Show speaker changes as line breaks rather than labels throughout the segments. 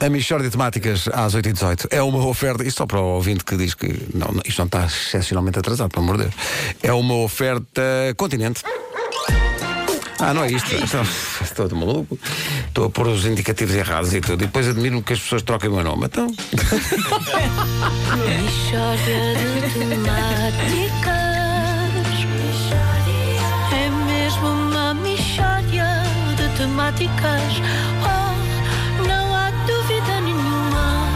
A Michórdia de Temáticas às 8h18 é uma oferta, isto só para o ouvinte que diz que não, não, isto não está excepcionalmente atrasado, pelo amor de Deus. É uma oferta continente. Ah, não é isto. Então, estou de maluco. Estou a pôr os indicativos errados e tudo. E depois admiro que as pessoas troquem o meu nome. Então,
Mishória de temáticas. É mesmo uma mishória de temáticas. Oh, não há dúvida nenhuma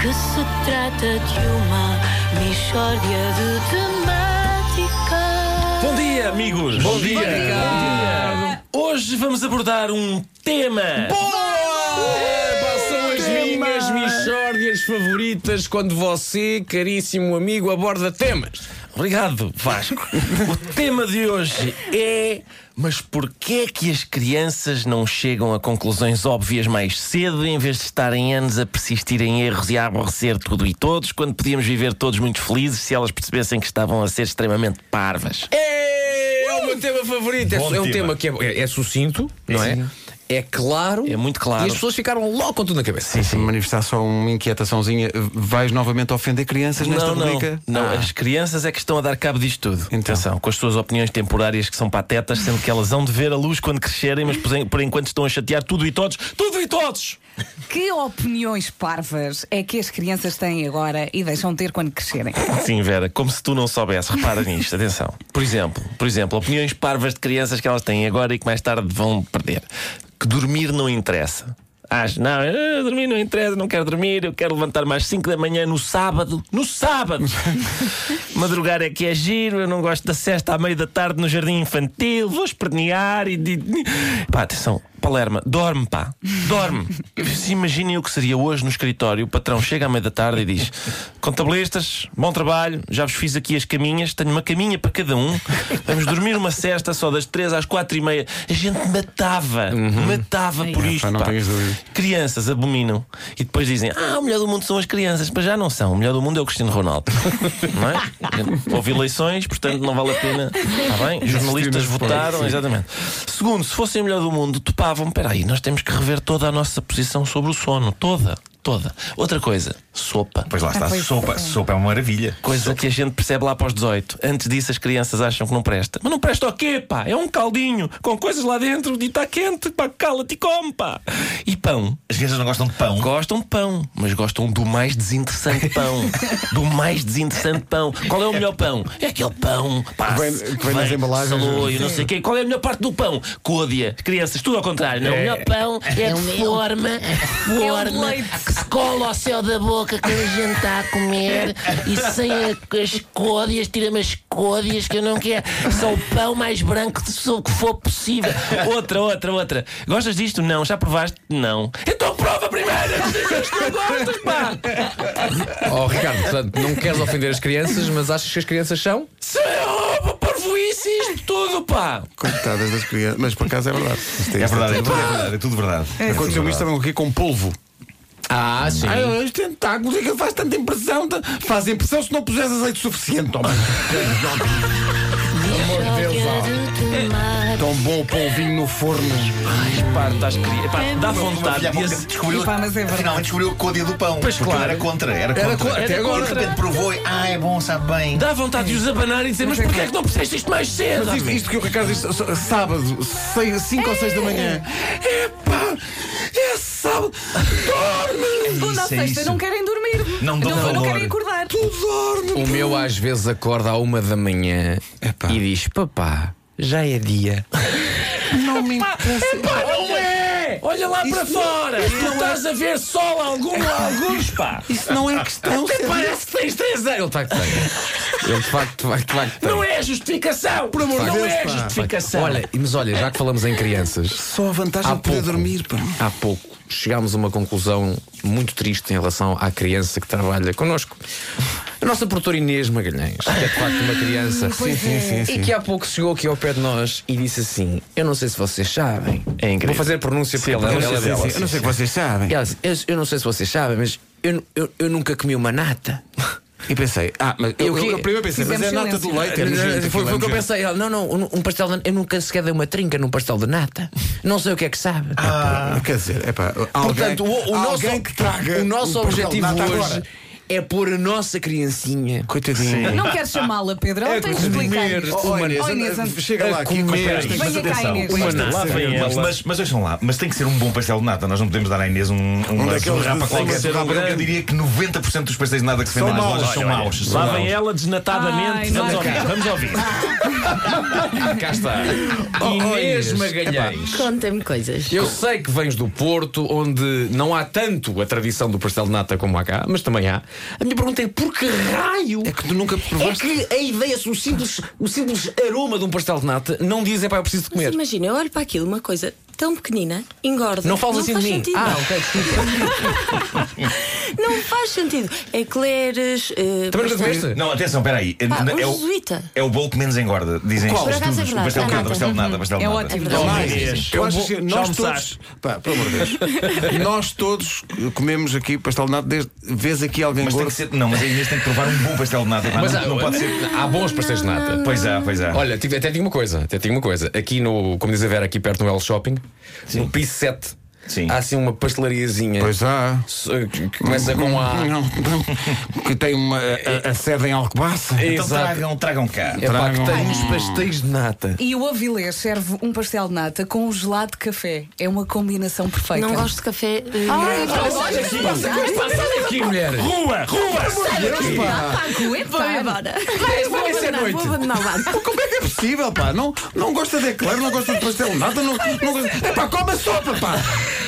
que se trata de uma mishória de temáticas.
Bom dia, amigos! Bom dia! Hoje vamos abordar um tema! Boa! São as minhas michórdias favoritas quando você, caríssimo amigo, aborda temas. Obrigado, Vasco. o tema de hoje é. Mas porquê é que as crianças não chegam a conclusões óbvias mais cedo em vez de estarem anos a persistir em erros e a aborrecer tudo e todos, quando podíamos viver todos muito felizes se elas percebessem que estavam a ser extremamente parvas?
É, é o meu tema favorito. É,
Bom
é um tema
tema.
que é, é- é sucinto, não é? É claro.
É muito claro.
E as pessoas ficaram logo com tudo na cabeça.
se manifestar só uma inquietaçãozinha, vais novamente ofender crianças nesta
Não, não,
rubrica? Ah.
não. As crianças é que estão a dar cabo disto tudo.
Então.
Atenção, com as suas opiniões temporárias que são patetas, sendo que elas vão de ver a luz quando crescerem, mas por en- por enquanto estão a chatear tudo e todos, tudo e todos!
Que opiniões parvas é que as crianças têm agora e deixam de ter quando crescerem?
Sim, Vera, como se tu não soubesse, repara nisto, atenção. Por exemplo, por exemplo, opiniões parvas de crianças que elas têm agora e que mais tarde vão perder. Que dormir não interessa. Acho, não, eh, dormir não interessa, não quero dormir, eu quero levantar mais 5 da manhã no sábado. No sábado! Madrugar é que é giro, eu não gosto da cesta à meia da tarde no jardim infantil, vou espernear e. di- di- Pá, atenção, Palerma, dorme, pá, dorme. Se imaginem o que seria hoje no escritório, o patrão chega à meia da tarde e diz: Contabilistas, bom trabalho, já vos fiz aqui as caminhas, tenho uma caminha para cada um, vamos dormir uma cesta só das 3 às 4 e meia. A gente matava, matava por
pá,
isto.
Uhum. não
pá.
tenhas dúvida.
Crianças abominam e depois dizem: Ah, o melhor do mundo são as crianças, mas já não são. O melhor do mundo é o Cristiano Ronaldo. não é? Houve eleições, portanto não vale a pena. Está bem? Jornalistas votaram, exatamente. Segundo, se fossem o melhor do mundo, topavam: Espera aí, nós temos que rever toda a nossa posição sobre o sono. Toda, toda. Outra coisa: sopa.
Pois lá está,
pois
sopa.
é.
Sopa é uma maravilha.
Coisa que a gente percebe lá para os 18. Antes disso, as crianças acham que não presta. Mas não presta o quê, pá? É um caldinho com coisas lá dentro e está quente, pá, cala-te e come, pá. E pão.
As crianças não gostam de pão.
Gostam de pão, mas gostam do mais desinteressante pão. do mais desinteressante pão. Qual é o melhor pão? É aquele pão, pá,
Que vem- que vem nas embalagens. né?
saloio, não sei o quê. Qual é a melhor parte do pão? Côdea. Crianças, tudo ao contrário. Não, O É melhor pão é, de forma, forma que se cola ao céu da boca quando a gente está a comer e sem a- as côdeas, tira-me as côdeas que eu não quero. Só o pão mais branco de so- que for possível. Outra, outra, outra. Gostas disto? Não. Já provaste? Não. Então prova primeiro! Não gostas, pá!
Oh, Ricardo, portanto, não queres ofender as crianças, mas achas que as crianças são?
Se oh, parvoíce isto tudo, pá!
Coitadas das crianças. Mas por acaso é verdade. Isto
É verdade, é
isto
tudo é verdade. É tudo verdade. É
Aconteceu
tudo
isto
verdade.
também aqui com polvo.
Ah, sim.
Ai, olha, os tentáculos, é que faz tanta impressão. tá- Faz impressão se não puseres azeite suficiente, homem.
Mishória de temáticas.
Tão bom o polvinho no forno.
Pá, estás queria. Pá, dá vontade.
Olha, há pouco
de-
tempo descobriu,
Epá, mas é verdade.
finalmente descobriu o código do pão.
Pois
porque
claro.
Era contra, era contra.
Era co- até
Era
agora.
De repente provou e, ah, é bom, sabe bem.
Dá vontade de os abanar e dizer, mas porquê é que não puseste isto mais cedo?
Mas isto, isto que o Ricardo disse, s- sábado, 5 ou 6 da manhã. Epá, é sábado. Dorme!
Segunda ou
Isso, é
sexta
isso.
não querem dormir.
Não dão valor.
querem acordar.
Tu dorme!
O meu às vezes acorda à uma da manhã e diz: Papá, já é dia.
É, Não me interessa.
Pá, não é! Olha lá para fora! Tu estás a ver sol algum alguns, pá!
Isso não é questão.
Até parece que tens três anos!
Ele de facto tem. Ele de facto, de facto, de facto tem.
Não é justificação! Por amor
de
não
Deus,
é
pá.
justificação!
Olha, mas olha, já que falamos em crianças,
Só a vantagem
Há
de poder
pouco.
dormir, pá.
há pouco chegámos a uma conclusão muito triste em relação à criança que trabalha connosco. A nossa produtora Inês Magalhães, que é de facto uma criança
é.
e que há pouco chegou aqui ao pé de nós e disse assim: Eu não sei se vocês sabem.
É incrível.
Vou fazer a pronúncia porque ela, ela é dela.
Eu não sei o que vocês sabem.
E ela disse, eu, eu não sei se vocês sabem, mas eu, eu, eu nunca comi uma nata.
E pensei, ah, mas eu,
Eu
eu,
que-
eu primeiro pensei, mas é
Fizemos
nata do
silêncio.
leite. é
Foi,
nojento,
foi o que eu
aquilo é
pensei. Ela, Não, não, um- um pastel de, eu nunca sequer dei uma trinca num pastel de nata. Não sei o que é que sabe.
nojento. Quer dizer, é pá, alguém,
Portanto, o, o nosso,
alguém que traga
o nosso
um pastel de
objetivo
nata
hoje
agora.
é pôr a nossa criancinha
Coitadinho.
Não queres chamá-la, Pedro? Ela tem que explicar. isto.
Oh, oh, Inês,
Oh, Inês,
anda-
anda-
chega lá
a
aqui
comer.
com
Venha cá, Inês. Ah,
Uma
Lá
nata.
vem
Mas,
ela.
mas, mas deixam lá, mas tem que ser um bom pastel de nata. Nós não podemos dar à Inês um, um, uma
daqueles
surrapa
de-
qualquer.
tem que ser um
Surrapa, eu
grande.
diria que 90% dos pastéis de nata que se
São
vendem nas
maus,
lojas são
olha, olha.
maus. são
Lá
maus.
vem ela
Ai,
desnatadamente. vamos
não
ouvir,
acredito.
vamos ouvir.
Ah, Cá está. Oh, Inês Magalhães.
Conta-me coisas.
Eu sei que vens do Porto, onde não há tanto a tradição do pastel de nata como há cá, mas também há. A minha pergunta é: por que raio
É que tu nunca
é
provaste.
que a ideia, o simples, o simples aroma de um pastel de nata, não diz é pá, eu preciso de
Mas
comer?
imagina, eu olho para aquilo, uma coisa tão pequenina, engorda.
Não falas assim
faz
de mim.
Sentido.
Ah, ok, desculpa.
Não faz sentido. Eclairs. eh,
Também nunca
pastéis-
comeste?
Não, atenção, espera aí.
Pá, um
é, o,
jesuíta.
é o bolo que menos engorda, dizem
Por
estes
acaso é
estudos. O
verdade,
pastel
a
de
nata.
nata, pastel de nata, pastel de
É
nata.
ótimo.
Não,
mais.
Inês,
Eu
eu
acho
vou-
que
já
nós todos,
almoçaste.
pá, pelo amor de Deus, nós todos comemos aqui pastel de nata desde vês aqui alguém
Mas tem
gordo.
que ser. Não, mas a Inês tem que provar um bom pastel de nata. pá,
Mas
não,
há,
não pode ser.
há bons pastéis de nata.
Pois é, pois é.
Olha, tive- até digo uma coisa, até digo uma coisa. Aqui no, como diz a Vera, aqui perto no L Shopping, no piso 7,
Sim.
há assim uma pastelariazinha
Pois há.
so- que que começa com
Não,
A.
não, que tem uma a, a- a sede em Alcobaça.
então tragam, tragam cá.
É pá, que
Tragam.
tem uns pastéis de nata.
E o Avilés serve um pastel de nata com um gelado de café. É uma combinação perfeita.
Não gosto de café. eh,
Ah,
Ai,
não.
Aqui, mulher!
Rua, rua!
Pá, aguenta.
Vou embora. Vai, vou
vai ser
abandonar,
é noite.
vou abandonar o barco.
Como é que é possível, pá? Não, não gosta de eclair, não gosta de pastel de nata, não, não gosta... É pá, come a sopa, pá!